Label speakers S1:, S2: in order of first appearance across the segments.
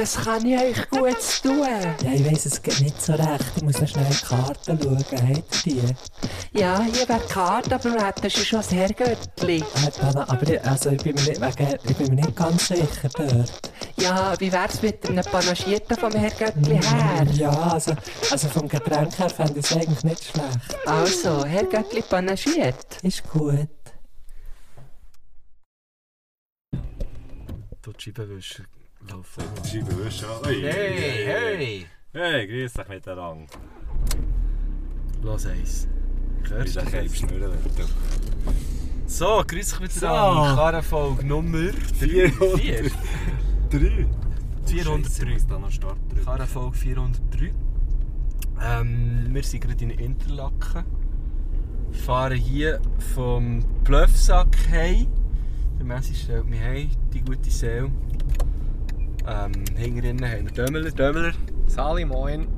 S1: Es kann ja euch gut zu tun.
S2: Ja, ich weiss, es geht nicht so recht. Ich muss noch schnell in die Karten schauen. Hat die?
S1: Ja, hier wäre die Karte, aber wir hätten sie schon das Herrgöttli.
S2: Äh, Dana, aber ich, also, ich, bin mir nicht, wegen, ich bin mir nicht ganz sicher dort.
S1: Ja, wie wär's mit einem Panagierten vom Herrgöttli her?
S2: Ja, also, also vom Getränk her fände ich es eigentlich nicht schlecht.
S1: Also, Herrgöttli panagiert.
S2: Ist gut.
S3: Du Scheibenwischer, lauf vor.
S4: Scheibe wischen. Ui,
S5: Hey, hey!
S4: Hey, grüß dich miteinander.
S3: Los eins.
S4: Ich
S3: Hörst
S4: bin
S3: du
S4: ein bisschen
S3: das?
S4: schnurren.
S3: So, grüß dich wieder
S4: So.
S3: an. Karrenfolge Nummer
S4: 403.
S3: 4. 403.
S4: da noch Start drücken.
S3: Karrenfolge 403. Ähm, wir sind gerade in Interlaken. fahren hier vom Bluffsack heim. Der Messi stellt mich heim, die gute Seele. Ähm, hinter ihnen haben wir Dömmler. Dömmler,
S5: Sali, moin!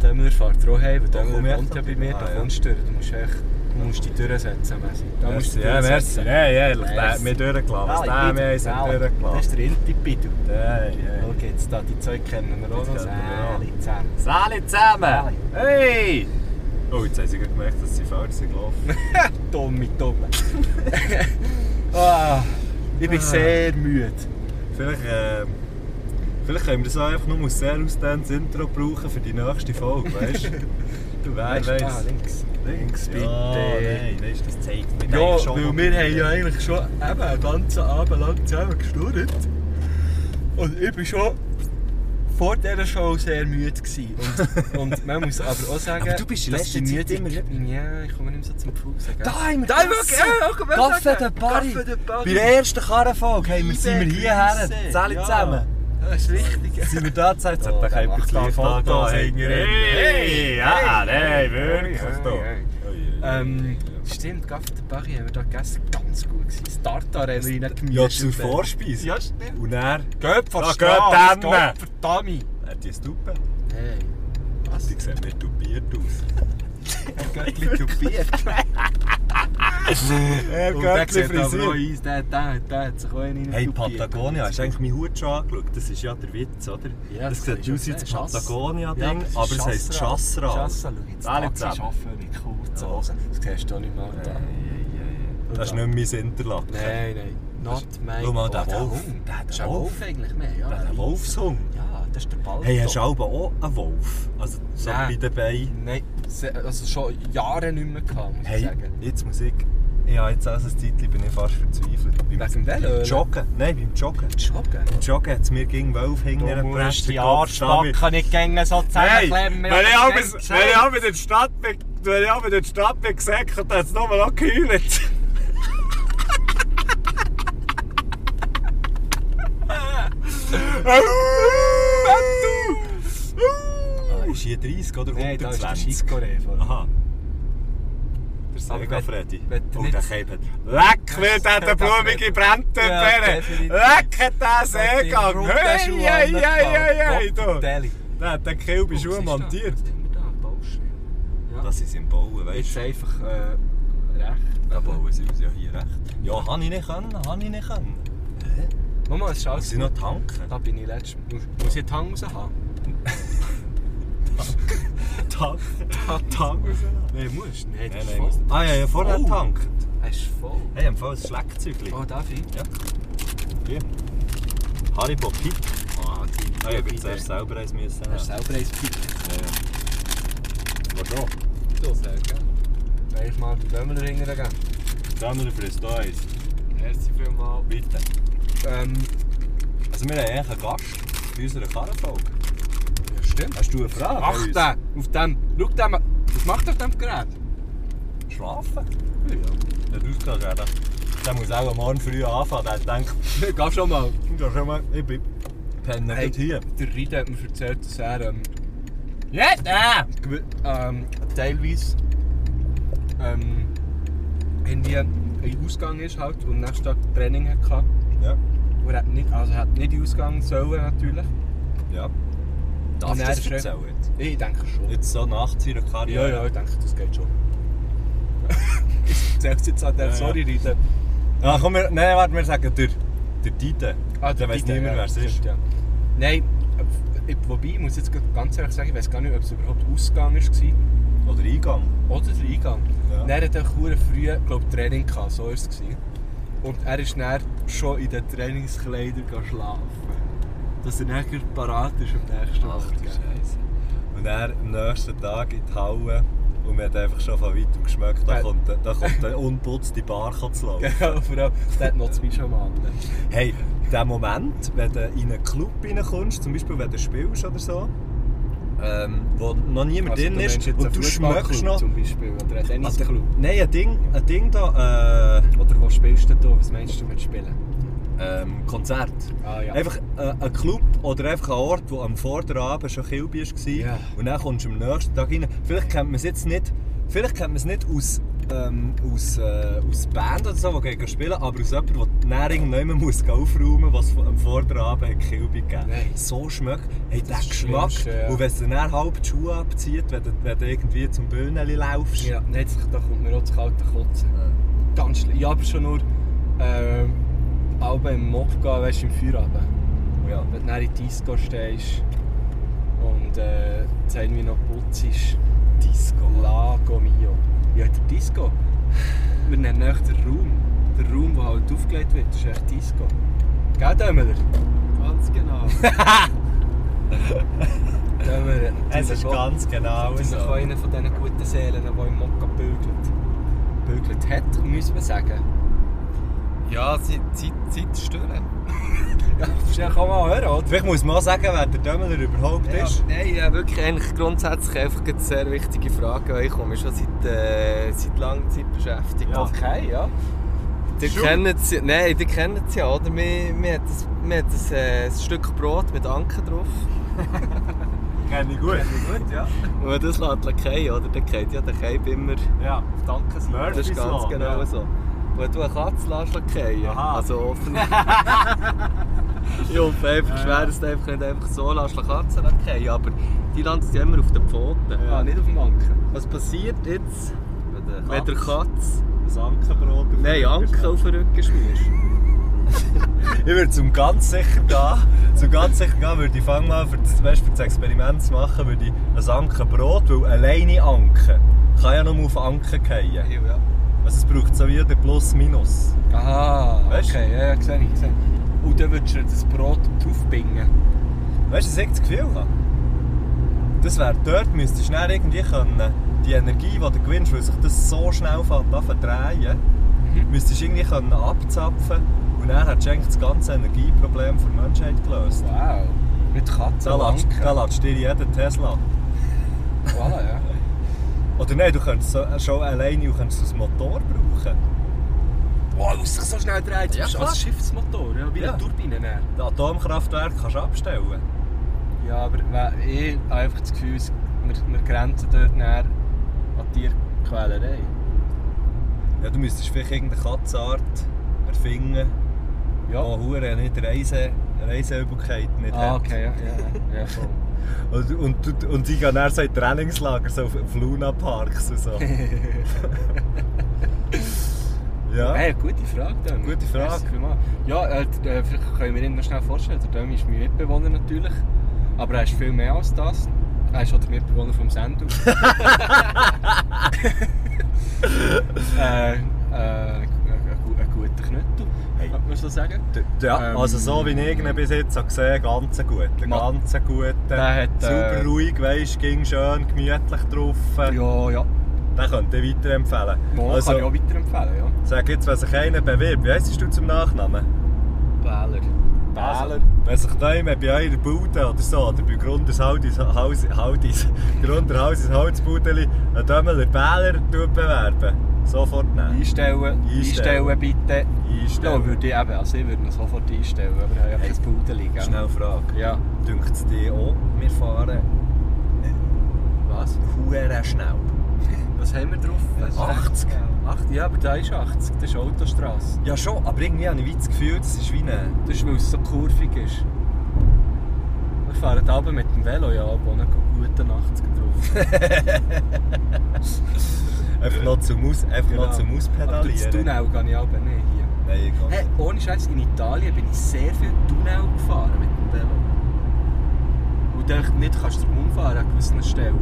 S3: Dömmler fährt auch heim, weil
S4: Da komm ich
S3: Dömmler wohnt
S4: echt
S3: ja bei
S4: noch.
S3: mir.
S4: Ah,
S3: Da
S4: ja.
S3: kommst du durch. Du musst, echt, du musst dich durchsetzen, Messi. Da musst
S4: Merci,
S3: du dich
S4: ja, merci.
S3: durchsetzen.
S4: Nein, ehrlich, der hat
S5: Merci.
S4: mich durchgelassen. Was der
S3: Ah,
S4: mir eins hat
S3: Das ist
S4: durchgelassen.
S3: der Inti-Pidu.
S4: Hey, hey.
S3: Schau jetzt, da, die zwei kennen wir auch noch.
S4: Die kennen wir auch.
S3: Sali zusammen.
S4: Sali zusammen! Hey! Oh, jetzt haben sie gerade gemerkt, dass sie falsch sind gelaufen.
S3: Tommy, Tommy. ah, ich bin sehr müde.
S4: Vielleicht, ähm, vielleicht können wir das auch einfach nur als sehr ausdehntes Intro brauchen für die nächste Folge, weißt du? Wer
S3: Weißt du, da
S4: weiß?
S3: links.
S4: Links,
S3: bitte.
S4: Ja, nein, weißt du, das zeigt mir
S3: Ja,
S4: eigentlich schon.
S3: weil wir haben ja eigentlich schon eben einen ganzen Abend lang zusammen gesturrt. Und ich war schon vor dieser Show sehr müde. Gewesen. Und, und man muss aber auch sagen,
S4: Aber du bist in
S3: dass
S4: letzter
S3: die
S4: Zeit
S3: Müdigkeit-
S4: immer-
S3: Ja, ich komme nicht mehr so zum Fuß.
S4: Time,
S3: Da, wirklich, ja, ja, komm, wir
S4: Kaffee de
S3: sagen.
S4: Paris.
S3: Café de Paris.
S4: Bei der ersten Karrenfolge haben wir, sind wir hierher.
S3: Grüße.
S4: Zähle
S3: Ja.
S4: zusammen.
S3: Das ist richtig.
S4: Sind wir da zusammen?
S3: Oh, der macht da Fotos hinten drin.
S4: Hey, ja,
S3: Hey.
S4: nein, wirklich.
S3: Hey,
S4: doch.
S3: hey. Ähm,
S4: Ähm,
S3: stimmt, Café de Paris haben wir da gegessen. Ganz gut gewesen. Das Tartar haben wir reingemischt.
S4: Ähm, ja, zur Vorspeise.
S3: Ja, stimmt.
S4: Und er
S3: Geht von
S4: Da
S3: Straße,
S4: geht Emme.
S3: geht für Tami.
S4: hat die Stuppe.
S3: Hey,
S4: Die sehen nicht tupiert aus.
S3: ein Göttli tupiert.
S4: Er
S3: Und der sieht aber auch eins, der, der, der hat sich auch einen
S4: Hey,
S3: tupiert.
S4: Patagonia, hast du eigentlich meinen Hut schon angeschaut? Das ist ja der Witz, oder?
S3: Ja,
S4: das
S3: das
S4: sieht
S3: kann
S4: aus
S3: ich
S4: wie das
S3: schon sehen.
S4: Patagonia-Ding, aber es heisst Chassra.
S3: Chassra, schau jetzt.
S4: Alle
S3: Taxi
S4: zusammen.
S3: schaffen mit kurzen Hosen. Das siehst du doch nicht mal da.
S4: Das ist nicht mein Interlaken.
S3: Nein, nein. Not my...
S4: Schau mal, der
S3: Oh,
S4: Wolf.
S3: Hund.
S4: Der- der
S3: Das ist ein
S4: Wolf.
S3: Wolf eigentlich mehr, ja.
S4: Der hat einen Wolfshund.
S3: Ja, das ist der Balto.
S4: Hey, hast du aber auch einen Wolf? Also so
S3: Nein.
S4: bei den Beinen?
S3: Nein, se- also schon Jahre nicht mehr gehabt, muss ich
S4: Hey,
S3: sagen.
S4: jetzt muss ich... Ja, jetzt also ein Zeitchen bin ich fast verzweifelt. Beim,
S3: Wegen dem Velo,
S4: Beim
S3: oder?
S4: Joggen. Nein, beim Joggen.
S3: Joggen?
S4: Beim Joggen hat es mir gegen Wolf hinten
S5: nicht gängen so
S4: Nein, wenn ich aber wenn ich aber in der Stadt bin, wenn ich aber in der Stadt bin gesäckert, dann hat's nochmal noch geheult. Ah, Ist hier 30 oder
S3: Nein, da ist der
S4: 120?
S3: Chico-Refer.
S4: Aha. Der
S3: Aber
S4: Sega
S3: wenn-
S4: Freddy.
S3: wenn du
S4: Oh,
S3: nicht-
S4: der Käfer. Leck, wird der der blumige Brenntöpfe.
S3: definitiv.
S4: Leck, hat der Seegang. Hey, hey, hey, hey, hey, hey.
S3: Deli.
S4: Der hat den Kill bei Schuhen montiert. Das ist im Bauen,
S3: Jetzt
S4: weißt du?
S3: einfach äh,
S4: Da
S3: recht.
S4: bauen sie uns ja hier recht. Ja, kann ich nicht können, kann ich nicht können.
S3: Mama, es ist
S4: Das
S3: alles
S4: sind noch Tanken.
S3: Da bin ich letztes Muss, muss ich den Hang raus haben?
S4: Tanken? Tanken?
S3: Nein,
S4: Oh,
S3: musst. Nein,
S4: Nein,
S3: das ist
S4: nein.
S3: voll.
S4: muss- Ah ja, ja, vorher
S3: Oh.
S4: getankt.
S3: Das ist voll.
S4: Hey, im Fall ein Schleckzeugli.
S3: Oh, darf ich?
S4: Hier. Haribo Pip.
S3: Oh, die.
S4: Ah ja, gut, zuerst selber eins müssen.
S3: Hast du selber eins gepickt?
S4: Was da?
S3: Du sagst, gell? Weisst mal, die wollen wir hinterher gehen?
S4: Der andere frisst da eins.
S3: Merci vielmals.
S4: Bitte.
S3: Ähm,
S4: Also wir haben eigentlich einen Gast bei unserer Karrenfolge.
S3: ja, stimmt.
S4: Hast du eine Frage? an
S3: Ach,
S4: uns?
S3: der! Auf dem! Schau dem! Was macht er auf dem Gerät?
S4: Schlafen?
S3: Ja,
S4: Der Ausgang, der, der muss auch am Morgen früh anfangen. Der denkt,
S3: ja. Geh schon mal.
S4: da schon mal, ich bin penne
S3: Hey.
S4: hey. hier.
S3: Der Rieder hat mir erzählt, dass er ähm, nicht, äh, gew- ähm, teilweise ähm, irgendwie in Ausgang ist halt und am nächsten Tag Training hatte.
S4: Ja.
S3: Und er hat nicht, also er hat nicht in den Ausgang sollen natürlich.
S4: Ja.
S3: Und
S4: Darf ich
S3: er
S4: das
S3: ist
S4: erzählen jetzt?
S3: Ich denke schon.
S4: Jetzt so nach seiner
S3: Ja,
S4: Karriere.
S3: ja, ich denke, das geht schon. ich erzähl's jetzt an der,
S4: Ja, ja.
S3: sorry Rieder.
S4: Ah, komm, wir, nein, warte, wir sagen der, der Dieter.
S3: Ah,
S4: der weiss
S3: Dieter,
S4: niemand,
S3: ja,
S4: wer es ist.
S3: stimmt, Ja. Nein, äh, wobei, ich muss jetzt ganz ehrlich sagen, ich weiß gar nicht, ob es überhaupt Ausgang war.
S4: Oder Eingang.
S3: Oder der Eingang.
S4: Ja.
S3: Ja. Dann hat er verdammt früh glaub, Training gehabt, so war es. gewesen. Und er ist dann schon in den Trainingskleidern gegangen schlafen. Dass er dann gleich parat ist am nächsten
S4: Ach
S3: Morgen.
S4: du Scheiße. Und dann am nächsten Tag in die Halle und man hat einfach schon von weitem geschmeckt, da
S3: Ja.
S4: kommt, da kommt eine unputzte Bar zu laufen.
S3: Genau, vor allem, der hat noch zwei Schamanen.
S4: Hey, der Moment, wenn du in einen Club reinkommst, zum Beispiel wenn du spielst oder so, ähm, wo noch niemand drin ist und du schmeckst noch...
S3: Zum Beispiel, oder einen
S4: Also,
S3: Tennisclub.
S4: Nein, ein Ding, ein Ding da, äh,
S3: Oder wo spielst du da? Was meinst du mit Spielen?
S4: ähm, Konzert.
S3: Ah ja.
S4: Einfach äh, ein Club oder einfach ein Ort, wo am Vorderabend schon Kilby war
S3: Ja.
S4: und dann kommst du am nächsten Tag rein. Vielleicht kennt man es jetzt nicht, vielleicht kennt man es nicht aus, ähm, aus, äh, aus Band oder so, die gehen spielen, aber aus jemandem, der die Nährung nicht mehr muss gehen aufräumen muss, was am Vorderabend hat Kilby gegeben
S3: Nein.
S4: So schmeckt, hey, der
S3: ist das
S4: Geschmack.
S3: Schlimmste, ja.
S4: Und wenn es dir dann halb die Schuhe abzieht, wenn du, wenn du irgendwie zum Bühnenli laufst.
S3: Ja, nee, jetzt, da kommt mir auch das kalte Kotzen. Ganz schlimm. Ich habe schon nur ähm, Alben im Mob gegeben, weißt du, im Feierabend.
S4: Oh Ja.
S3: Wenn du dann in die Disco stehst und äh, zeigen wir noch Putz ist. Disco. Lago Mio. Ja, der Disco. Wir nennen ihn echt den Raum. Der Raum, der halt aufgelegt wird, ist dus echt Disco. Gell, Dömmler?
S5: Ganz genau.
S3: Dömmler hat
S4: Es ist
S3: natürlich auch-
S4: ganz genau
S3: Das ist
S4: so.
S3: auch einer von diesen guten Seelen, die im Mokka bügelt. Bügelt hat, müssen wir sagen.
S5: Ja, Zeit, Zeit, Zeit stören.
S3: Ja, verstehe, kann man auch hören, oder?
S4: Vielleicht muss man auch sagen, wer der Dömmler überhaupt
S5: Ja,
S4: ist.
S5: nein, ja, wirklich eigentlich grundsätzlich einfach eine sehr wichtige Frage. weil Ich komme schon seit, äh, seit langer Zeit beschäftigt.
S4: Ja.
S3: Okay, ja.
S5: Die
S4: Schon?
S5: kennen sie, nein, die kennen sie ja, oder? Wir, wir haben, ein, wir haben ein, äh, ein Stück Brot mit Anken drauf.
S4: Kenne ich gut.
S3: Gut, ja.
S5: Und wenn das lässt fallen, oder? Dann geht ja der Keib immer.
S4: Ja.
S3: Danke sehr.
S5: Das ist ganz
S4: so,
S5: genau
S4: ja.
S5: so. Wenn du eine Katze lässt fallen,
S4: Aha.
S5: also offen. ich hoffe einfach schwer, dass du einfach nicht einfach so lässt eine Katze fallen, aber die landet ja immer auf den Pfoten.
S3: Ah, nicht auf dem Anken.
S5: Was passiert jetzt, wenn der,
S4: Katze-
S5: wenn der Katze...
S4: Ein Ankenbrot.
S5: Nein, Anke auf den Rücken schmierst?
S4: Ich würde zum ganz sicher gehen. Zum ganz sicher gehen würde ich fangen mal, für das, weißt, für das Experiment zu machen, würde ich ein Ankenbrot, weil alleine Anken kann ja nur auf Anken fallen.
S5: Ja.
S4: Also es braucht so wieder Plus-Minus.
S3: Aha,
S4: Weißt du?
S3: okay, ja, ja, gesehen, ich gesehen. Und dann würdest du das Brot draufbingen.
S4: Weißt du, was ich das Gefühl habe? Das wäre dort, müsstest du schnell irgendwie können, die Energie, die du gewinnst, weil sich das so schnell fängt an zu drehen,
S3: Mhm.
S4: müsstest du irgendwie können abzapfen und dann hättest du eigentlich das ganze Energieproblem für die Menschheit gelöst.
S3: Wow. Mit Katzen
S4: Da
S3: und
S4: lässt, da
S3: Anken.
S4: lässt dir jeden Tesla.
S3: Voilà, ja.
S4: Oder nein, du könntest so, äh, schon alleine du könntest das Motor brauchen.
S3: Wow, du sich so schnell dreht.
S4: Ja,
S3: Ja,
S4: klar.
S3: als Schiffsmotor, ja, wie
S4: Ja.
S3: eine Turbine. näher.
S4: Das Atomkraftwerk kannst du abstellen.
S3: Ja, aber we- ich habe einfach das Gefühl, es- wir, wir grenzen dort näher an Tierquälerei.
S4: Ja, du müsstest vielleicht irgendeine Katzenart erfinden,
S3: Ja.
S4: die hure nicht Reise, Reiseübelkeit nicht
S3: ah,
S4: hat.
S3: okay, ja, ja, ja, ja, voll.
S4: Und, und, Also, und, und die gehen dann so in Trainingslager, so auf, auf Luna-Parks und so. ja.
S3: Hey, gute Frage, Dömi.
S4: Gute Frage.
S3: Merci vielmals. Ja, äh, d- äh, vielleicht können wir ihn noch schnell vorstellen. Der Dömi ist mein Mitbewohner natürlich. Aber er ist viel mehr als das. Er ist auch der Mitbewohner vom Sendu. äh, äh, ein gu- ein guter Knüttel,
S4: Hey.
S3: kann man so sagen.
S4: Ja,
S3: Ähm,
S4: also so wie ich ihn bis jetzt habe gesehen habe, ganz gut. Einen
S3: Ma-
S4: ganz guten.
S3: Der hat,
S4: Super
S3: äh,
S4: ruhig, weißt, ging schön, gemütlich drauf.
S3: Ja, ja.
S4: Den könnt ihr weiterempfehlen. Also,
S3: Mo kann ich auch weiterempfehlen, ja.
S4: Sag jetzt, wenn sich einer bewirbt, wie heisst du zum Nachnamen?
S5: Wähler.
S4: Also, Wenn sich da jemand bei eurer Bude oder so, oder bei Grunders Haldis, Haus, Haldis, Grunder Hauses Holzbudeli, einen Dömmler Bähler tut bewerben, sofort nehmen.
S3: Einstellen,
S4: Einstellen.
S3: einstellen, bitte. Ja,
S4: Einstellen.
S3: würde ich eben. Also ich würde ihn sofort einstellen, aber er hat ja
S4: Hey.
S3: kein Pudel liegen.
S4: Schnell Frage.
S3: Ja.
S4: Dünkt es dir auch, wir fahren
S3: Was?
S4: huere schnell?
S3: Was haben wir drauf?
S4: 80?
S3: Acht- ja, aber da ist 80. Das ist Autostrasse.
S4: Ja schon, aber irgendwie habe ich wie das Gefühl, das ist wie eine...
S3: Das ist, weil es so kurvig ist. Wir fahren abends mit dem Velo ja ab, ohne guten 80 drauf.
S4: Einfach noch zum, Aus, einfach
S3: Genau.
S4: noch zum
S3: Aber durch das
S4: Auspedalieren.
S3: Tunnel gehe ich ab, nein, hier.
S4: Nein, egal.
S3: Hey, ohne Scheiß, in Italien bin ich sehr viel Tunnel gefahren mit dem Velo. weil du einfach nicht kannst drum fahren an gewissen Stellen.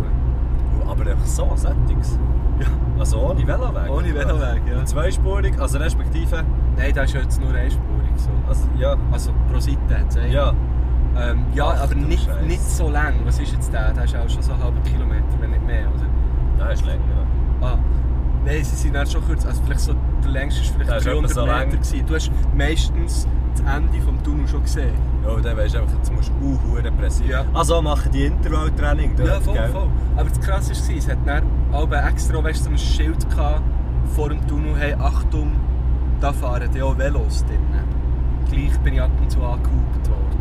S4: Aber einfach so, Settings.
S3: Ja.
S4: Also ohne Veloweg.
S3: Ohne Veloweg, ja.
S4: Zweispurig, also respektive.
S3: Nein, da ist ja jetzt nur einspurig. So.
S4: Also, ja.
S3: Also pro Seite hat es einen.
S4: Ja.
S3: Ähm, ja,
S4: Ach,
S3: aber
S4: du
S3: nicht,
S4: Scheiss.
S3: nicht so lang. Was ist jetzt der? Der ist auch schon so einen halben Kilometer, wenn nicht mehr, oder?
S4: Der ist länger.
S3: Ah, nein, sie sind dann schon kurz. Also vielleicht so, der längste ist
S4: Der
S3: vielleicht
S4: ist etwa
S3: 300
S4: so
S3: Meter.
S4: lang.
S3: Gewesen. Du hast meistens das Ende des Tunnels schon gesehen.
S4: Ja, und dann weisst du einfach, jetzt musst du auch verdammt pressieren.
S3: Ja.
S4: Also machen die Intervalltraining dort,
S3: Ja, voll,
S4: gell?
S3: voll. Aber das Krasse war, es hat dann auch extra weißt, du, so ein Schild gehabt, vor dem Tunnel, hey, Achtung, da fahren ja auch Velos drin. Gleich bin ich ab und zu angehupt worden.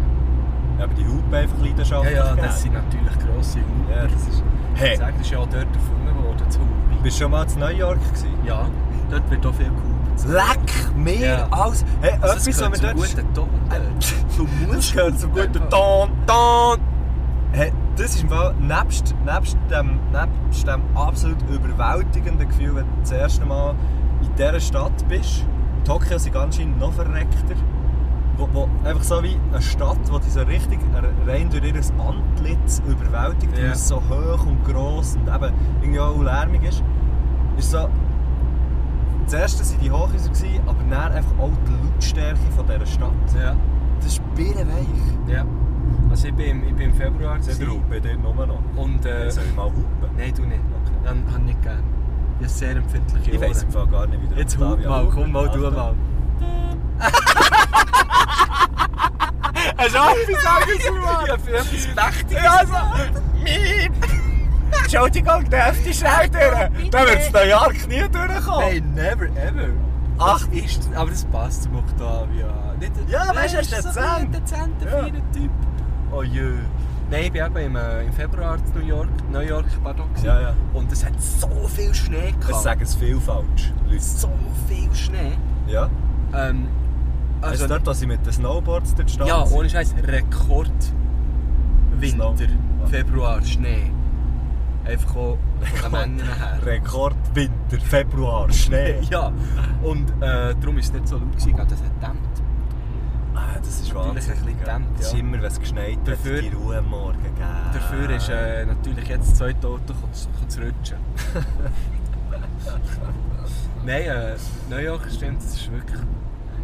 S4: Ja, aber die Hupe einfach
S3: Ja,
S4: leidenschaftlich.
S3: ja,
S4: gell?
S3: das sind natürlich grosse Huber.
S4: Ja, das ist...
S3: Ich
S4: Hey,
S3: sage, das ist ja auch dort erfunden worden, das Hupen.
S4: bist du schon mal in New York gewesen?
S3: Ja, dort wird auch viel gehupt.
S4: Leck mir
S3: Ja.
S4: alles! Hey,
S3: Also,
S4: etwas,
S3: das
S4: was wir
S3: gehört
S4: dort... Äh,
S3: zum guten Ton dort.
S4: Du musst hören zum guten Ton, Ton! Hey, das ist im Fall, nebst, nebst, dem, nebst dem absolut überwältigenden Gefühl, wenn du das erste Mal in dieser Stadt bist. Tokio sind anscheinend noch verreckter. Wo, wo einfach so wie eine Stadt, die dich so richtig rein durch ihr Antlitz überwältigt,
S3: Ja.
S4: weil es so hoch und gross und eben irgendwie auch lärmig ist. ist so, zuerst waren die Hochhäuser, gewesen, aber dann einfach auch die Lautstärke von dieser Stadt.
S3: Ja,
S4: Das ist birnenweich.
S3: ja. Also, ich bin, im- ich bin im Februar.
S4: Seht ihr
S3: gewesen
S4: Hupe dort nur noch?
S3: Und, äh,
S4: Äh, Soll ich mal hupen?
S3: nein, du nicht.
S4: Okay.
S3: Dann habe ich nicht gern. Ich habe sehr empfindliche
S4: Ich weiss im Fall gar nicht, wie der
S3: Jetzt hau
S4: Octavia
S3: mal,
S4: hupt.
S3: komm mal, du
S4: Achtung.
S3: mal.
S4: Hast du auch etwas sagen
S3: Ja, für etwas Mächtiges.
S4: Ja, also... Miep! Entschuldigung, darf ich schnell durch? Dann wird es New York nie durchkommen.
S3: Nein, never ever.
S4: Ach.
S3: Ach, ist, aber das passt zum Octavia. Nicht,
S4: Ja,
S3: Nein,
S4: weißt du, er ist
S3: so
S4: dezent.
S3: ein dezenter,
S4: Ja.
S3: feiner Typ.
S4: Oh je.
S3: Nein, ich war eben im, äh, im Februar in New York, New York pardon, gewesen.
S4: Ja, ja.
S3: und es hat so viel Schnee gehabt.
S4: Es sagen es viel falsch, Leute.
S3: so viel Schnee.
S4: Ja?
S3: Ähm,
S4: Also
S3: also,
S4: dort, wo sie mit den Snowboards dort standen?
S3: ja, ohne Scheiß, Rekord
S4: Snow.
S3: Winter,
S4: Ja.
S3: Februar, Schnee. Einfach auch von den Männern her.
S4: Rekordwinter, Februar, Schnee.
S3: Ja, und äh, darum war es nicht so laut, gewesen, gell, das hat gedämmt.
S4: Ah, das ist
S3: Natürlich
S4: wahnsinnig.
S3: ein bisschen
S4: gell?
S3: gedämmt,
S4: Das ist
S3: ja.
S4: immer, wenn es geschneit hat,
S3: Dafür-
S4: die Ruhe am Morgen. Gell?
S3: Dafür ist äh, natürlich jetzt das zweite Auto kommt- kommt zu rutschen. Nein, äh, New York stimmt, das ist wirklich...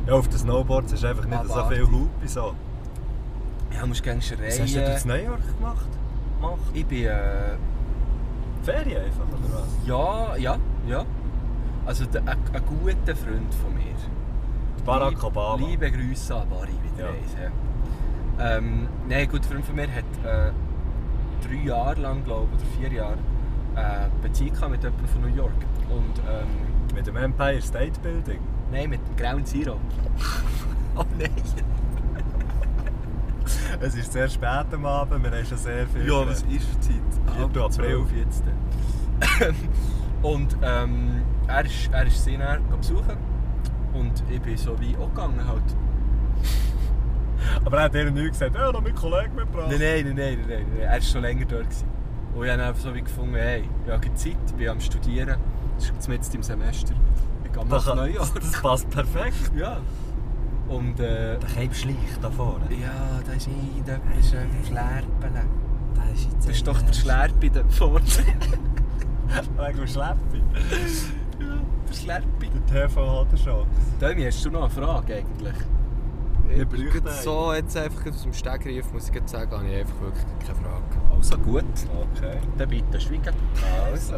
S4: Ja, auf den Snowboards ist einfach nicht so
S3: Abartig.
S4: viel Hupe. So.
S3: Ja, du musst gerne schreien.
S4: Was hast du denn in New York gemacht? gemacht?
S3: ich bin... Äh,
S4: Ferien einfach, oder was?
S3: ja, ja, ja. Also der, ein, ein guter Freund von mir.
S4: Barack Obama.
S3: Liebe Grüße an Barry, wie der
S4: Ja.
S3: heisst, ja. Ähm, nein, ein guter Freund von mir hat äh, drei Jahre lang, glaube ich, oder vier Jahre, äh, Beziehung gehabt mit jemandem von New York. Und... Ähm,
S4: Mit dem Empire State Building.
S3: Nein, mit dem grauen Zero. oh nein.
S4: Es ist sehr spät am Abend, wir haben schon sehr viel.
S3: Ja, was ist für Zeit?
S4: Viertel
S3: Halb
S4: April.
S3: zwölf jetzt. und ähm, er ist, er ist sie dann besuchen und ich bin so wie auch gegangen halt.
S4: Aber er hat dir nichts gesagt, ja, noch mein Kollege mitgebracht.
S3: Nein, nein, nein, nein, nein, nein, er war schon länger dort. Gewesen. Und ich habe dann einfach so wie gefunden, hey, ich habe keine Zeit, ich bin am Studieren, das ist jetzt im Semester, ich gehe mal
S4: Das,
S3: nach New York.
S4: das passt perfekt.
S3: Ja. Und äh,
S4: Der Keim schleicht da vorne.
S3: ja, da ist irgendetwas am Schlerpeln.
S4: Das ist jetzt
S3: Das ist doch der Schlerpi da vorne.
S4: Wegen dem Schleppi.
S3: der Schlerpi.
S4: Der TV hat er schon.
S3: Dömi, hast du noch eine Frage eigentlich?
S4: Wir
S5: Ich
S4: bräuchten
S5: bin so jetzt einfach aus dem Stegreif, muss ich jetzt sagen, habe ich einfach wirklich keine Frage.
S3: Also gut.
S4: einen. Okay,
S3: Dann bitte schweigen.
S4: also.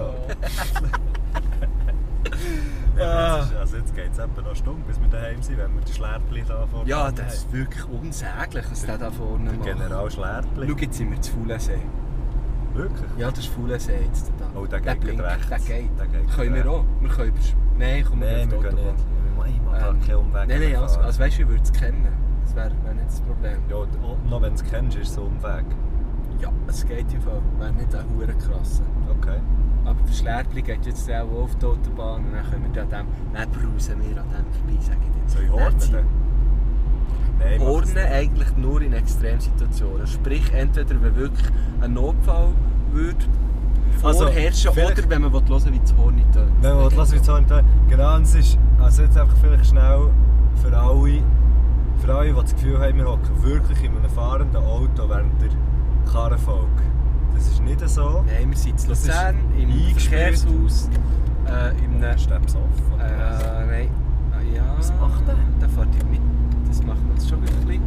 S4: ja, aber jetzt ist- also jetzt geht es etwa noch eine Stunde, bis wir daheim sind, wenn wir den Schlerpli da vorne
S3: Ja,
S4: haben.
S3: das ist wirklich unsäglich, was der da vorne
S4: Der
S3: macht.
S4: General
S3: Schau,
S4: Schlerpli.
S3: jetzt sind wir zu Fuhlensee.
S4: Wirklich?
S3: Ja, das ist Fuhlensee jetzt da.
S4: Oh, der geht
S3: blinkt,
S4: rechts.
S3: Der geht.
S4: Der geht
S3: können wir
S4: rechts.
S3: auch. Wir können über... Nein, komm,
S4: Nein, wir
S3: auf die
S4: gehen
S3: Autobahn.
S4: nicht. Ich mache da
S3: Ähm,
S4: keinen Äh, Umweg.
S3: Nein, nein,
S4: wir
S3: also,
S4: fahren.
S3: also weißt du, ich würde es kennen. Das wäre wär nicht das Problem.
S4: Ja, und auch noch wenn du es kennst, ist es ein Umweg.
S3: Ja, es geht im Fall. Wäre nicht ein hure krasser.
S4: Okay.
S3: Aber der Schlerbli geht jetzt auch auf die Autobahn und dann können wir an dem, dann brausen wir an dem vorbei, sage ich dir.
S4: Soll ich
S3: Dann zieh-
S4: ordnen? Nein, mach es
S3: Ordnen
S4: nicht.
S3: eigentlich nur in Extremsituationen. Sprich, entweder wenn wirklich ein Notfall würde
S4: Also,
S3: vorherrschen
S4: vielleicht-
S3: oder wenn man hören will, wie das Horn nicht tönt.
S4: Nein, warte, lass mich so nicht Genau, es ist also jetzt einfach vielleicht schnell für alle, für alle, die das Gefühl haben, wir hocken wirklich in einem fahrenden Auto während der Karrenfolge. Das ist nicht so.
S3: Nein, wir sind in
S4: Das ist
S3: Luzern, im
S4: eingespielt.
S3: Verkehrshaus, äh, in einem...
S4: Ist der besoffen?
S3: Äh, nein. Ah, Ja.
S4: Was macht der?
S3: Der fährt ja mit. Das machen wir jetzt schon wieder ein bisschen.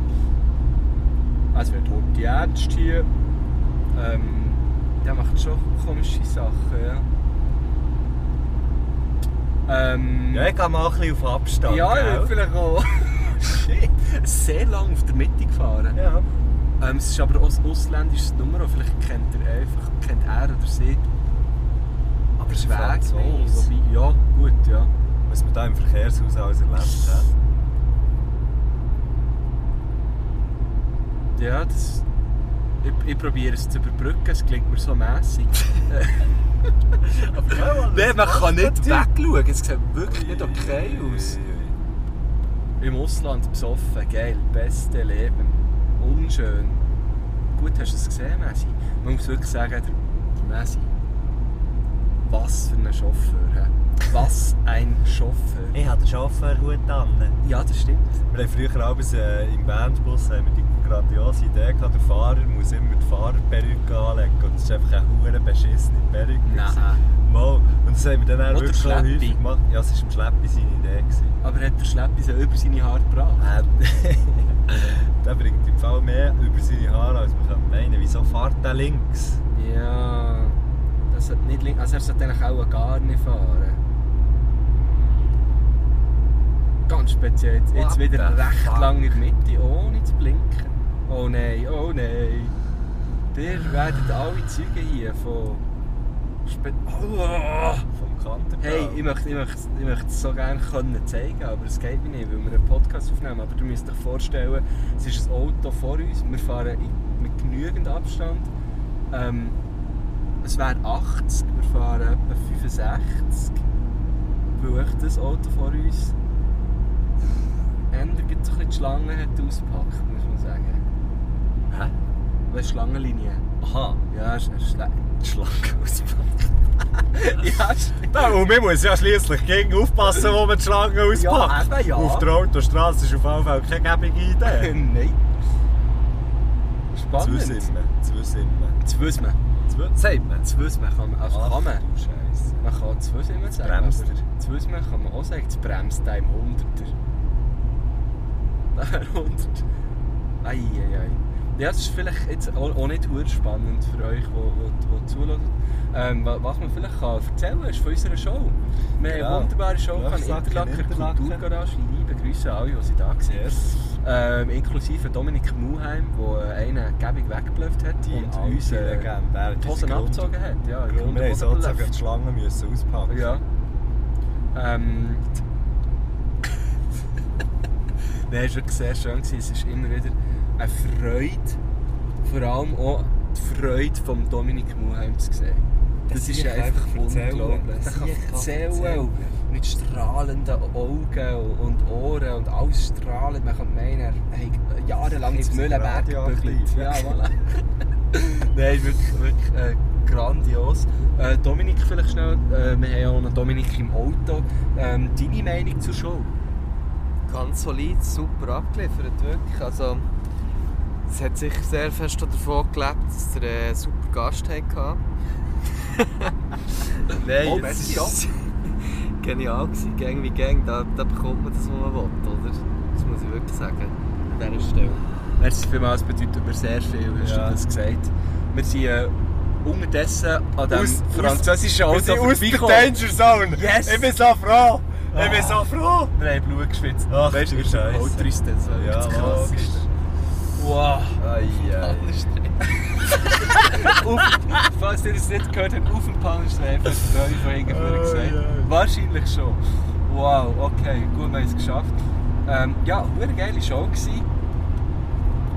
S3: Also wir haben die Ärzte hier. Ähm, der macht schon komische Sachen, ja. Ähm,
S4: ja, ich gehe mal ein bisschen auf Abstand.
S3: ja, ich
S4: gell?
S3: würde vielleicht auch. Shit. Sehr lang auf der Mitte gefahren.
S4: Ja.
S3: Ähm, es ist aber auch ein ausländisches Nummer, vielleicht kennt er einfach, kennt er oder sie. Aber es ist Weg.
S4: Franzose.
S3: Wobei, ja, gut, ja.
S4: Was man hier im Verkehrshaus alles erlebt hat.
S3: Ja, das, ich, ich probiere es zu überbrücken, es klingt mir so mässig. Nein, man kann nicht wegschauen, es sieht wirklich nicht okay aus. Im Ausland besoffen, geil, beste Leben, unschön. Gut, hast du es gesehen, Messi? Man muss wirklich sagen, der, der Messi, was für ein Chauffeur. hä? Was ein Chauffeur.
S4: Ich habe den Chauffeurhut an.
S3: Ja, das stimmt.
S4: Wir haben früher abends äh, im Bandbus haben wir die grandiose Idee gehabt, der Fahrer muss immer die Fahrerperücke anlegen. Und das ist einfach eine hure beschissene Perücke.
S3: Nein.
S4: gewesen. Mal. Und das haben wir dann auch
S3: Oder
S4: wirklich so
S3: Schleppi.
S4: häufig gemacht. Ja, es war im Schleppi seine Idee. Gewesen.
S3: Aber hat der Schleppi so über seine Haare gebracht?
S4: Äh, der bringt im Fall mehr über seine Haare, als man könnte meinen. Wieso fährt der links?
S3: Ja, das sollte nicht links. Also er sollte eigentlich auch gar nicht fahren. Ganz speziell. Jetzt, jetzt
S4: What
S3: wieder
S4: the
S3: recht
S4: fuck?
S3: lang in der Mitte, ohne zu blinken. Oh nein, oh nein. Ihr werdet alle Zeugen hier von. Spe oh.
S4: Vom Kanter.
S3: Hey, ich möchte, ich, möchte, ich möchte es so gerne können zeigen, aber es geht mir nicht, weil wir einen Podcast aufnehmen. Aber du müsst euch vorstellen, es ist ein Auto vor uns, wir fahren in- mit genügend Abstand. Ähm, es wäre 80, wir fahren etwa 65. Weil echt das Auto vor uns ändert so ein bisschen die Schlange hat ausgepackt, muss man sagen.
S4: Hä?
S3: Weil Schlangenlinie.
S4: Aha,
S3: Ja, es ist schlecht.
S4: die Schlange auspackt.
S3: Ja, es-
S4: Ja, und wir müssen ja schliesslich gegen aufpassen, wo man die Schlange auspackt.
S3: eben, ja.
S4: Auf der Autostrasse ist auf jeden Fall keine gäbige Idee.
S3: Nein.
S4: Zwei
S3: Spannend.
S4: Simmen. Zwei Simmen.
S3: Zu wissen man.
S4: Zwei Simmen?
S3: Zu wissen man kann man. Also
S4: Ach,
S3: kann man.
S4: du Scheiße.
S3: Man kann zu wissen man sagen.
S4: bremst
S3: aber Zu wissen man kann man auch sagen, es bremst einem 100er. Der 100. Ei, ei, ei. Ja, das ist vielleicht jetzt auch, auch nicht sehr spannend für euch, die zuhören. Ähm, wa- was man vielleicht kann erzählen kann, ist von unserer Show. Wir haben
S4: Genau.
S3: eine wunderbare Show von
S4: Löffsack in
S3: Interlaken,
S4: Interlaken.
S3: Kulturgarage. Liebe Grüße an alle, die sie da waren.
S4: Yes.
S3: Ähm, inklusive Dominik Muheim, der einen gäbig weggeblufft hat
S4: Die
S3: und
S4: alte
S3: uns äh,
S4: Legende. Er hat
S3: die Hosen
S4: unseren Grund-
S3: abgezogen hat. Ja,
S4: Wir
S3: Grund-
S4: mussten sozusagen
S3: abgeblufft.
S4: die Schlange müssen auspacken.
S3: Ja. Ähm. Nein, es war wirklich sehr schön. gewesen. Es ist immer wieder eine Freude, vor allem auch die Freude von Dominik Muheim zu sehen. Das,
S4: Das
S3: ist
S4: ich
S3: ja einfach
S4: einfach erzählen.
S3: unglaublich.
S4: Das
S3: Er kann
S4: ich kann
S3: erzählen
S4: erzählen.
S3: und mit strahlenden Augen und Ohren und alles strahlend. Man könnte meinen, er hat jahrelang ins
S4: Ist
S3: Mühlenberg
S4: radioaktiv,
S3: gebügelt. Ja,
S4: ja.
S3: voilà. Nein, wirklich, wirklich äh, grandios. Äh, Dominik, vielleicht schnell. Äh, wir haben ja auch noch Dominik im Auto. Ähm, deine Meinung zur Show?
S5: Ganz solid, super abgeliefert, wirklich. Also, es hat sicher sehr fest davon gelebt, dass ihr einen super Gast hatte. Nein,
S3: Oh,
S5: es
S3: merci,
S5: ist genial gewesen. Gang wie Gang, da, da bekommt man das, was man will, oder? Das muss ich wirklich sagen, an dieser Stelle.
S3: Merci vielmals, bedeutet mir sehr viel, hast
S4: Ja.
S3: du das gesagt. Wir sind äh, unterdessen an dem
S4: Aus- aus-
S3: französischen
S4: Wir
S3: Auto
S4: sind aus der
S3: vorbeigekommen.
S4: Danger Zone.
S3: Also Yes. Ah.
S4: Ich bin so froh. Ich bin so froh.
S3: Wir haben Blut geschwitzt.
S4: Ach,
S3: weißt
S4: du
S3: wie der
S4: Scheiße.
S3: Altrist das so
S4: Ja,
S3: krass
S4: logisch.
S3: ist. Wow.
S4: Ai, ai.
S3: Auf- Falls ihr es nicht gehört habt, auf dem Pannenstreifen, das ist neu von irgendjemandem
S4: Oh,
S3: gesagt.
S4: ja.
S3: Wahrscheinlich schon. Wow, okay, gut, wir haben es geschafft.
S4: Ehm,
S3: Ähm, ja, eine geile Show gewesen.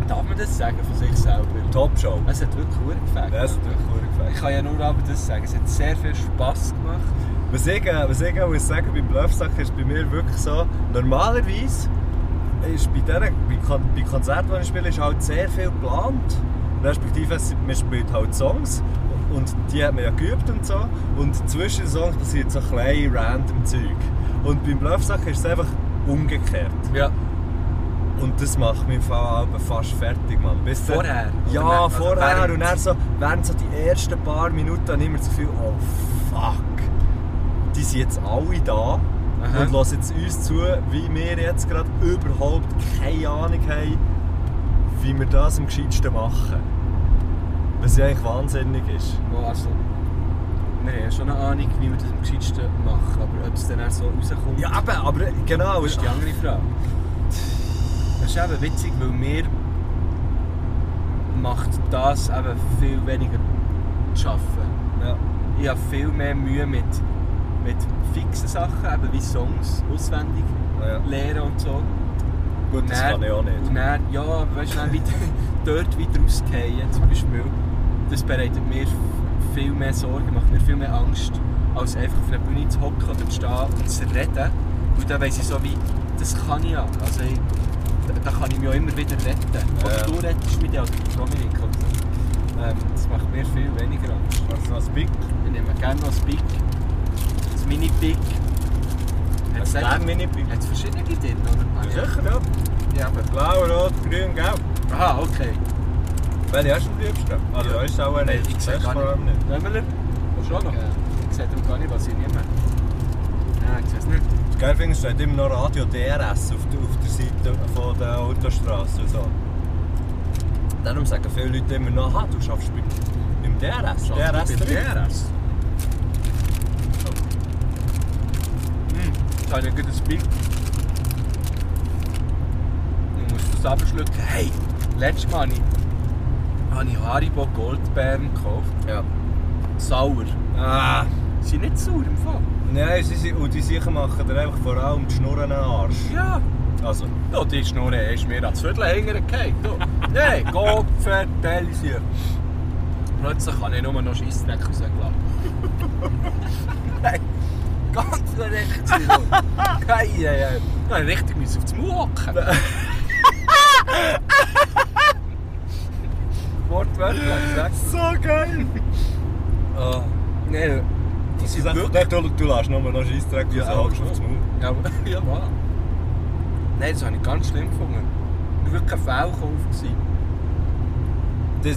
S3: Darf man das sagen von sich selber?
S4: Top Show.
S3: Es hat wirklich gut gefällt.
S4: Das hat wirklich gut
S3: Ich
S4: gefallen.
S3: kann ja nur aber das sagen, es hat sehr viel Spass gemacht.
S4: Was ich, äh, was ich auch muss sagen beim Bluffsack ist bei mir wirklich so, normalerweise ist bei, denen, bei, Kon bei Konzerten, die ich spiele, ist halt sehr viel geplant. Respektive, es- man spielt halt Songs und die hat man ja geübt und so. Und zwischen den Songs passiert so kleine random Zeug. Und beim Bluffsack ist es einfach umgekehrt.
S3: Ja.
S4: Und Und das macht mich im Fall auch fast fertig, Mann. Bis dann-
S3: Vorher?
S4: Ja,
S3: Oder nicht? Also
S4: vorher.
S3: während-
S4: und dann so, während so die ersten paar Minuten habe ich immer das Gefühl, oh fuck, die sind jetzt alle da
S3: Aha.
S4: und lassen jetzt uns zu, wie wir jetzt gerade überhaupt keine Ahnung haben, wie wir das am gescheitsten machen. Was ja eigentlich wahnsinnig ist.
S3: Ja, also, wir haben ja schon eine Ahnung, wie wir das am gescheitsten machen, aber ob es dann auch so rauskommt,
S4: Ja, eben, aber genau.
S3: das ist die andere Frage. Das ist eben witzig, weil mir macht das eben viel weniger zu arbeiten.
S4: Ja.
S3: Ich habe viel mehr Mühe mit, mit fixen Sachen, eben wie Songs auswendig
S4: Ja.
S3: lernen und so.
S4: Gut, das
S3: Dann-
S4: kann ich auch nicht.
S3: Und dann, ja, aber weißt du, dann wieder, dort wieder rausgehen zum Beispiel, das bereitet mir f- viel mehr Sorgen, macht mir viel mehr Angst, als einfach auf einer Bühne zu hocken oder zu stehen und zu reden. Und dann weiss ich so wie, das kann ich ja. Also ich, da, da kann ich mich auch immer wieder retten. Oder
S4: Ja.
S3: du rettest mich dann, oder Dominik. Oder, ähm, das macht mir viel weniger Angst.
S4: Hast du noch ein Pick?
S3: Ich nehme gerne noch das Big, das Mini-Big. Hat es
S4: Ein
S3: echt-
S4: Mini-Pick?
S3: hat's verschiedene drin, oder?
S4: Sicher, ja.
S3: Ja, aber...
S4: Blau, rot, grün, gelb.
S3: Aha, okay.
S4: Welche hast du am liebsten? Also,
S3: Ja.
S4: weißt du auch eine?
S3: ich sehe
S4: Weißt du
S3: gar
S4: vor allem
S3: nicht. Wemmerler? Schon noch? Ich sehe darum gar nicht, was ich nehme. Nein, ich sehe es nicht.
S4: Das Geil finde ich, steht immer noch Radio DRS auf der, auf der Seite von der Autostrasse und so. Darum sagen viele Leute immer noch, aha, du schaffst beim, beim DRS.
S3: Schaffst du beim
S4: DRS?
S3: Hm, das ist ein gutes Bild. Ich muss das abschlucken. Hey, letztes Mal habe ich- habe ich Haribo Goldbeeren gekauft.
S4: Ja.
S3: Sauer.
S4: Ah,
S3: Sie sind nicht sauer im Fall.
S4: nein, sie, sind- und die sicher machen dir einfach vor allem die Schnurren an den Arsch.
S3: Ja.
S4: Also,
S3: Ja, die Schnurre ist mir ans Viertel hintergefallen. Nein, Gott vertellisiert. Plötzlich kann ich nur noch Scheissdreck rausgelaufen. Nein, ganz recht. Hey, hey, hey. Ja, richtig müssen auf die Mauer hocken. Wortwörtlich. sag's.
S4: so geil! Ah,
S3: Nein, die
S4: sie
S3: sind
S4: sagen,
S3: wirklich...
S4: nein, du, du lässt nur noch Scheissdreck raus,
S3: Ja,
S4: ja,
S3: aber-
S4: aufs Maul.
S3: Ja, aber- ja, wahr. Nein, das habe ich ganz schlimm gefunden. Ich war wirklich ein Fehlkauf. gewesen.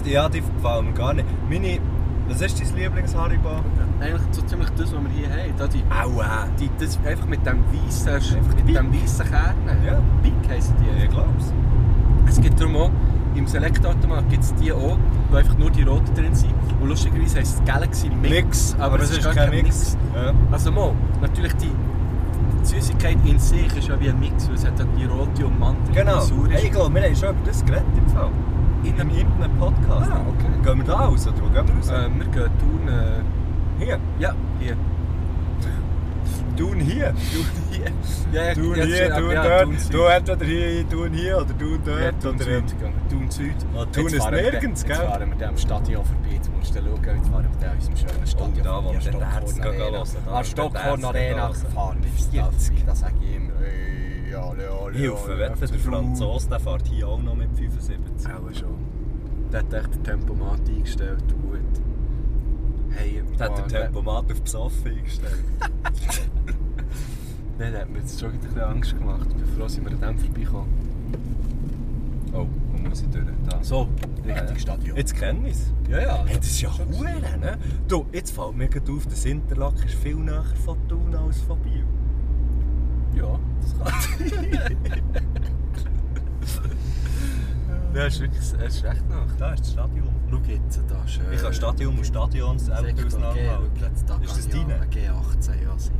S4: Das, ja, die gefallen mir gar nicht. Meine, was ist dein Lieblings-Haribo?
S3: Eigentlich so ziemlich das, was wir hier haben. Da die,
S4: Aua!
S3: die, das, einfach mit dem weißen,
S4: Einfach
S3: mit
S4: Big.
S3: dem weißen Kern.
S4: Ja.
S3: Big heissen die.
S4: Ich glaub's.
S3: Es gibt darum auch, im Select-Automat gibt es die auch, wo einfach nur die roten drin sind. Und lustigerweise heisst es Galaxy Mix. aber es ist gar kein Mix.
S4: Ja.
S3: Also mal, natürlich die, die Süßigkeit in sich ist ja wie ein Mix, weil es hat ja die rote und Mandel
S4: Genau.
S3: die sauer ist.
S4: Hey, ich glaube, wir haben schon über das geredet im Fall. In einem irgendeinem Podcast.
S3: Ah, okay.
S4: Gehen wir da raus oder wo gehen wir raus?
S3: Äh, wir gehen tun. Äh,
S4: Hier.
S3: ja, hier.
S4: Tun hier.
S3: Hier. Ja,
S4: Tun
S3: jetzt-
S4: hier,
S3: ja,
S4: tun
S3: ja,
S4: dort.
S3: Süd.
S4: Du entweder hier, tun hier oder tun
S3: Ja,
S4: dort.
S3: Thun
S4: Oder
S3: Süd. Thun Süd.
S4: Ah, Thun
S3: Jetzt
S4: ist
S3: fahren wir den-
S4: nirgends,
S3: Jetzt
S4: gell?
S3: fahren wir dem Stadion vorbei. Jetzt musst du schauen, jetzt fahren wir da unserem schönen Stadion
S4: da, wo wir den
S3: Stockhorn
S4: Därz gehen
S3: Arena.
S4: lassen,
S3: An
S4: da, wo wir den
S3: Stockhorn
S4: Därz
S3: Arena
S4: gehen lassen.
S3: fahren wir 40. Das sage ich immer. Ey, alle, alle,
S4: Hilfe,
S3: alle,
S4: wenn der
S3: zu
S4: Franzose, der fährt hier auch noch mit 75.
S3: Auch schon. Der hat echt den Tempomat eingestellt. Gut. Hey,
S4: Der hat den
S3: Mann,
S4: Tempomat auf besoffen eingestellt.
S3: Nein, der hat mir jetzt schon ein bisschen Angst gemacht. Ich bin froh, sind wir an dem vorbeikommen.
S4: Oh, wo muss ich durch? Da.
S3: So, richtig Stadion.
S4: Jetzt kennen wir es.
S3: Ja, ja.
S4: Hey, das ist ja Huren, ne? Du, jetzt fällt mir gerade auf, das Interlag ist viel näher von Thun als von Biel.
S3: Ja, das kann sein. ja, ist wirklich es ist recht nach.
S4: Da ist das Stadion.
S3: Schau jetzt da äh, schön.
S4: Ich kann Stadion und Stadions auch
S3: Sektor G, schau
S4: auseinanderhalten.
S3: jetzt, da
S4: Ist das
S3: kann ich
S4: deine?
S3: auch G18, ja sicher.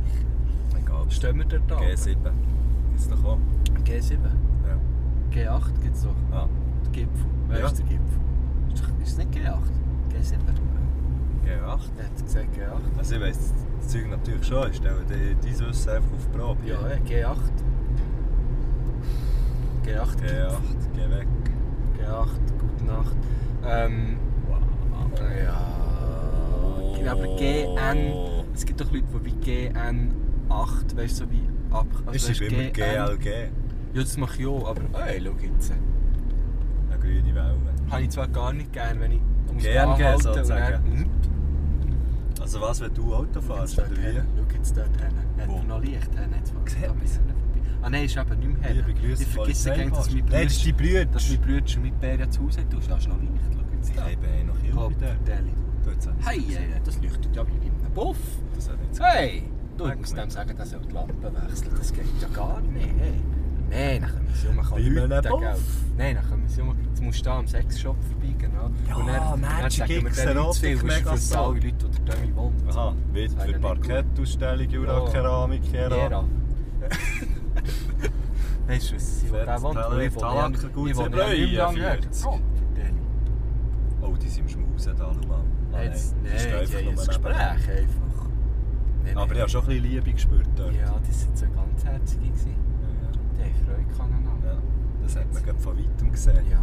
S4: Egal.
S3: Stehen wir dort an?
S4: G7. Ist doch auch.
S3: G7?
S4: Ja.
S3: G8 gibt es doch.
S4: Ah,
S3: Der Gipfel. Wer
S4: Ja.
S3: ist der Gipfel? Ist doch- Ist es nicht G8? G7?
S4: G8.
S3: Er hat gesagt G8.
S4: Also ich weiss das Zeug natürlich schon, ich stelle die- dein Wissen einfach auf die Probe.
S3: Ja, eh, G8. G8 Gipfel.
S4: G8, geh weg.
S3: G8, gute Nacht. Ähm, Ja. Ja, aber
S4: Oh.
S3: GN. Es gibt doch Leute, die bei GN8, weißt du, so wie ab.
S4: Ich
S3: weisst du,
S4: schreibe immer
S3: GN.
S4: GLG.
S3: Ja, das mache ich auch, aber hey, eh, schau jetzt.
S4: Eine grüne Welle.
S3: Habe ich zwar gar nicht gern, wenn ich muss
S4: GNG
S3: anhalten
S4: sozusagen.
S3: Und dann,
S4: Also was, wenn du Auto
S3: Schau jetzt
S4: fährst,
S3: dort
S4: oder wie?
S3: hin, schau jetzt dort hin. Hat
S4: Wo?
S3: er noch Licht hin? Jetzt
S4: Sieht
S3: da
S4: man
S3: müssen wir vorbei. Ah nein, ist eben nicht mehr
S4: Liebe
S3: Herr.
S4: Grüße,
S3: Ich vergesse
S4: Polizei-
S3: gerne, dass mein
S4: Nein, das ist
S3: Bruder-
S4: dein Bruder.
S3: dass mein Bruder schon mit Bären zu Hause hat. Du hast noch nicht. Schau jetzt
S4: Ich
S3: da.
S4: habe eh noch Hilfe
S3: Gott,
S4: dort.
S3: Deli.
S4: Dort soll ich-
S3: Hey, äh, das leuchtet ja wie in einem Puff.
S4: Das hat jetzt
S3: Hey! Du, ich muss dem sagen, dass er die Lampe wechselt. Das geht ja gar nicht. Hey. Nein, dann können wir sie
S4: Wie in einem
S3: umkommen.
S4: Puff.
S3: Nein, dann können wir sie umkommen. Jetzt musst du da am Sexshop vorbei, genau.
S4: Ja,
S3: Und dann, dann
S4: Magic
S3: sagen wir
S4: X,
S3: den Leuten zu viel,
S4: Erotik,
S3: weil es ist für
S4: Megastar.
S3: alle Leute, die da drin wohnen.
S4: Aha, Witz
S3: Das wäre
S4: für
S3: ja nicht gut.
S4: Parkettausstellung, Jura-Keramik,
S3: Era.
S4: Keramik.
S3: Weißt du, was sie
S4: Fertig,
S3: der Wand wo ich
S4: Palette, Talak,
S3: wohne?
S4: gut,
S3: Ich wohne
S4: sie
S3: ja nicht mehr
S4: bläuen,
S3: lange her.
S4: 40.
S3: Oh, Deli.
S4: Oh, die sind im Schmausen da, schau mal. Ah,
S3: Nein, das-
S4: die stehen
S3: nein,
S4: einfach
S3: die haben
S4: nur
S3: ein
S4: neben.
S3: Gespräch einfach. Nein,
S4: Aber ich
S3: nein.
S4: habe schon ein bisschen Liebe gespürt dort.
S3: Ja, die sind so ganz herzige. gewesen.
S4: Ja,
S3: Die haben Freude aneinander.
S4: ja. Das hat man gerade von Weitem gesehen.
S3: Ja.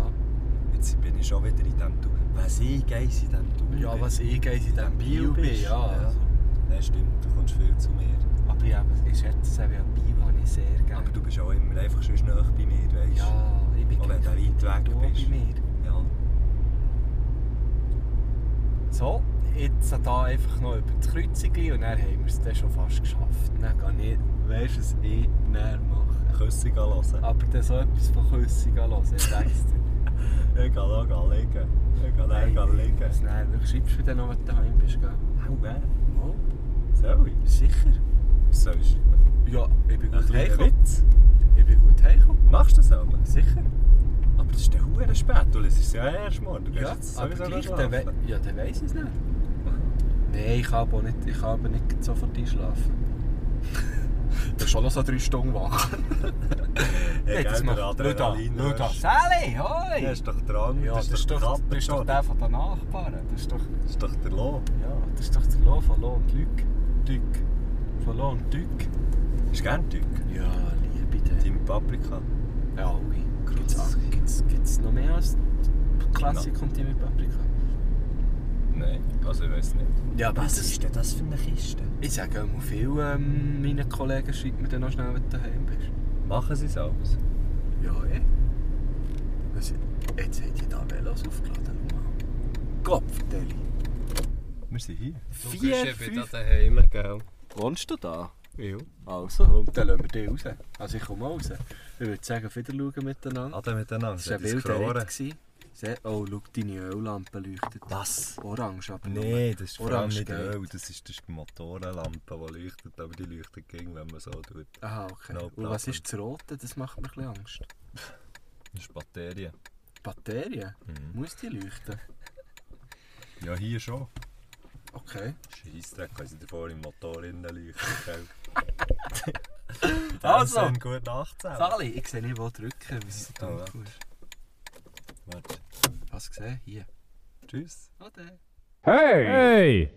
S4: Jetzt bin ich schon wieder in diesem Tunnel. Was ich geiss in diesem Tunnel
S3: Ja,
S4: bin.
S3: was E ich geis in diesem Bio bin, ja. Also.
S4: Ja, stimmt, du kommst viel zu mir.
S3: Aber ich, eben, ich schätze es eben, ja, Bio habe ich sehr gerne.
S4: Aber du bist auch immer einfach schon nah bei mir, weißt
S3: ja, ich bin
S4: Auch
S3: gleich
S4: wenn du weit weg
S3: da
S4: bist.
S3: bei mir.
S4: Ja.
S3: So, jetzt da einfach noch über die Kreuzung und dann haben wir es dann schon fast geschafft. Dann kann ich, weißt du, was ich dann mache.
S4: Küsse gehen hören.
S3: Aber dann so etwas von Küssen hören, ich sag's dir.
S4: Ich gehe auch gehen liegen. Ich gehe dann gehen liegen.
S3: das- Ah. Nein, du schreibst mir dann noch, wenn du daheim bist, gell?
S4: Au, wer?
S3: Oh,
S4: Soll ich?
S3: sicher.
S4: Was sollst du?
S3: Ja, ich bin
S4: Ein
S3: gut
S4: kleiner
S3: heimgekommen.
S4: Witz.
S3: Ich bin gut heimgekommen.
S4: Machst du das aber?
S3: Sicher.
S4: Aber das ist der Hure spät. Du lässt es ja erst morgen. Du gehst
S3: Ja,
S4: jetzt
S3: aber
S4: sowieso
S3: gleich,
S4: noch
S3: dann,
S4: schlafen.
S3: we ja, dann weiss ich es nicht. Nein, ich kann aber nicht, ich kann aber nicht sofort einschlafen. Du bist schon noch so drei Stunden wach.
S4: Hey,
S3: Nein,
S4: gell,
S3: das
S4: der
S3: macht... Schau da,
S4: Adrenalin-
S3: schau da. Sally, hoi!
S4: Ja, ist doch dran.
S3: Ja, das ist doch, das ist doch der von den Nachbarn. Das ist doch,
S4: Das ist doch der Lohn.
S3: ja, das ist doch der Lohn von Lohn und Lüg. Dück. Von Lohn und Dück.
S4: Ist gern Tück.
S3: Ja, liebe den.
S4: Team Paprika.
S3: Ja, alle.
S4: Krass.
S3: Gibt's, gibt's, gibt's noch mehr als Klassik und Timmy Paprika?
S4: Nein, also ich weiß nicht.
S3: Ja, aber das
S4: denn das für eine Kiste?
S3: Ich sage immer viel ähm, meinen Kollegen, schreibt mir dann noch schnell, wenn du daheim bist.
S4: Machen sie es alles.
S3: Ja, eh. Was, jetzt hat ihr da Velos aufgeladen. Kopfdeli.
S4: Wir sind hier.
S3: Vier, fünf...
S5: daheim, gell?
S3: Wohnst du da?
S4: Ja.
S3: Also, und dann lassen wir dich raus. Also ich komme raus. Ich würde sagen, auf Wiedersehen miteinander.
S4: Alle miteinander.
S3: Es war ein wilder Ritt. gewesen. Sehr- Oh, schau, deine Öllampe leuchtet.
S4: Was?
S3: Orange, aber nur.
S4: Nein, das ist vor allem
S3: Orange
S4: nicht
S3: geht.
S4: Öl. Das ist, das ist die Motorenlampe, die leuchtet. Aber die leuchtet gegen, wenn man so tut. Genau,
S3: Aha, okay.
S4: No
S3: und was
S4: problem.
S3: ist das Rote? Das macht mir ein bisschen Angst.
S4: Das ist Batterien.
S3: Batterien? Muss die leuchten?
S4: Ja, hier schon.
S3: Okay.
S4: Scheissdreck, weil sie davor im Motor innen leuchten. gell?
S3: Also.
S4: Dann sind gut 18.
S3: Sali, ich sehe nicht, wo drücken, weil sie
S4: Ah,
S3: da
S4: warte. Warte.
S3: Hast du gesehen? Hier.
S4: Tschüss.
S3: Ade.
S6: Hey!